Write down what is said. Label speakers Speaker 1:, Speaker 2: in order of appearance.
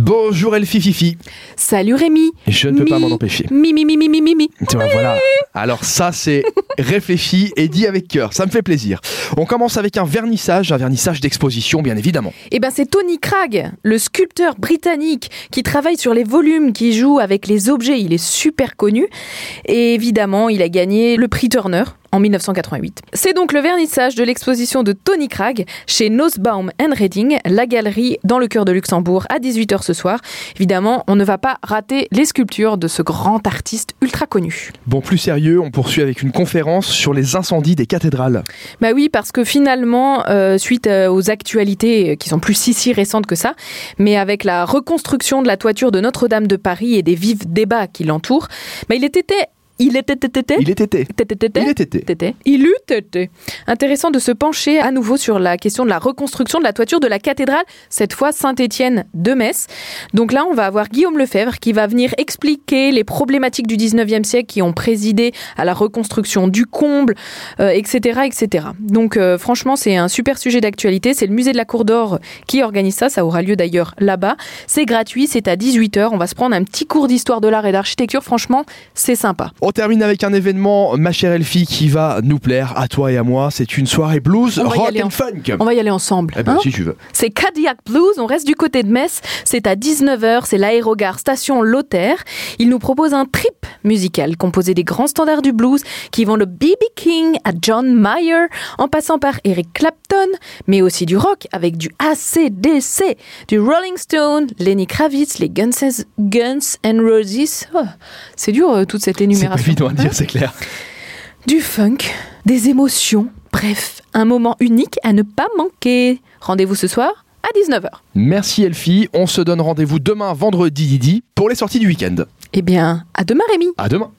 Speaker 1: Bonjour Elfie Fifi.
Speaker 2: Salut Rémi.
Speaker 1: Je ne peux pas m'en empêcher.
Speaker 2: Mi, mi, mi, mi, mi, mi, mi.
Speaker 1: Tu vois, voilà. Alors ça, c'est réfléchi et dit avec cœur. Ça me fait plaisir. On commence avec un vernissage, un vernissage d'exposition, bien évidemment.
Speaker 2: Eh ben, c'est Tony Cragg, le sculpteur britannique qui travaille sur les volumes, qui joue avec les objets. Il est super connu. Et évidemment, il a gagné le prix Turner en 1988. C'est donc le vernissage de l'exposition de Tony Cragg chez Nosbaum and Reading, la galerie dans le cœur de Luxembourg à 18h ce soir. Évidemment, on ne va pas rater les sculptures de ce grand artiste ultra connu.
Speaker 1: Bon, plus sérieux, on poursuit avec une conférence sur les incendies des cathédrales.
Speaker 2: Bah oui, parce que finalement, euh, suite euh, aux actualités qui sont plus si si récentes que ça, mais avec la reconstruction de la toiture de Notre-Dame de Paris et des vifs débats qui l'entourent, bah, il était il était tété.
Speaker 1: Il est été.
Speaker 2: Tété.
Speaker 1: Il est été.
Speaker 2: Tété. Il eut tété. Intéressant de se pencher à nouveau sur la question de la reconstruction de la toiture de la cathédrale, cette fois Saint-Étienne de Metz. Donc là, on va avoir Guillaume Lefebvre qui va venir expliquer les problématiques du 19e siècle qui ont présidé à la reconstruction du comble, euh, etc., etc. Donc euh, franchement, c'est un super sujet d'actualité. C'est le musée de la Cour d'Or qui organise ça. Ça aura lieu d'ailleurs là-bas. C'est gratuit, c'est à 18h. On va se prendre un petit cours d'histoire de l'art et d'architecture. Franchement, c'est sympa.
Speaker 1: On termine avec un événement, ma chère Elfie, qui va nous plaire à toi et à moi. C'est une soirée blues,
Speaker 2: On va y
Speaker 1: rock
Speaker 2: aller
Speaker 1: and
Speaker 2: en-
Speaker 1: funk.
Speaker 2: On va y aller ensemble.
Speaker 1: Eh ben,
Speaker 2: hein
Speaker 1: si tu veux.
Speaker 2: C'est Cadillac Blues, on reste du côté de Metz, c'est à 19h, c'est l'aérogare station Lothaire. Il nous propose un trip musical composé des grands standards du blues qui vont le BB King à John Mayer, en passant par Eric Clapton, mais aussi du rock avec du ACDC, du Rolling Stone, Lenny Kravitz, les Guns, Guns and Roses. Oh, c'est dur euh, toute cette
Speaker 1: C'est pas
Speaker 2: énumération.
Speaker 1: évident à dire, c'est clair.
Speaker 2: Du funk, des émotions, bref, un moment unique à ne pas manquer. Rendez-vous ce soir à 19h.
Speaker 1: Merci Elfie. On se donne rendez-vous demain, vendredi, Didi, pour les sorties du week-end.
Speaker 2: Eh bien, à demain Rémi
Speaker 1: À demain.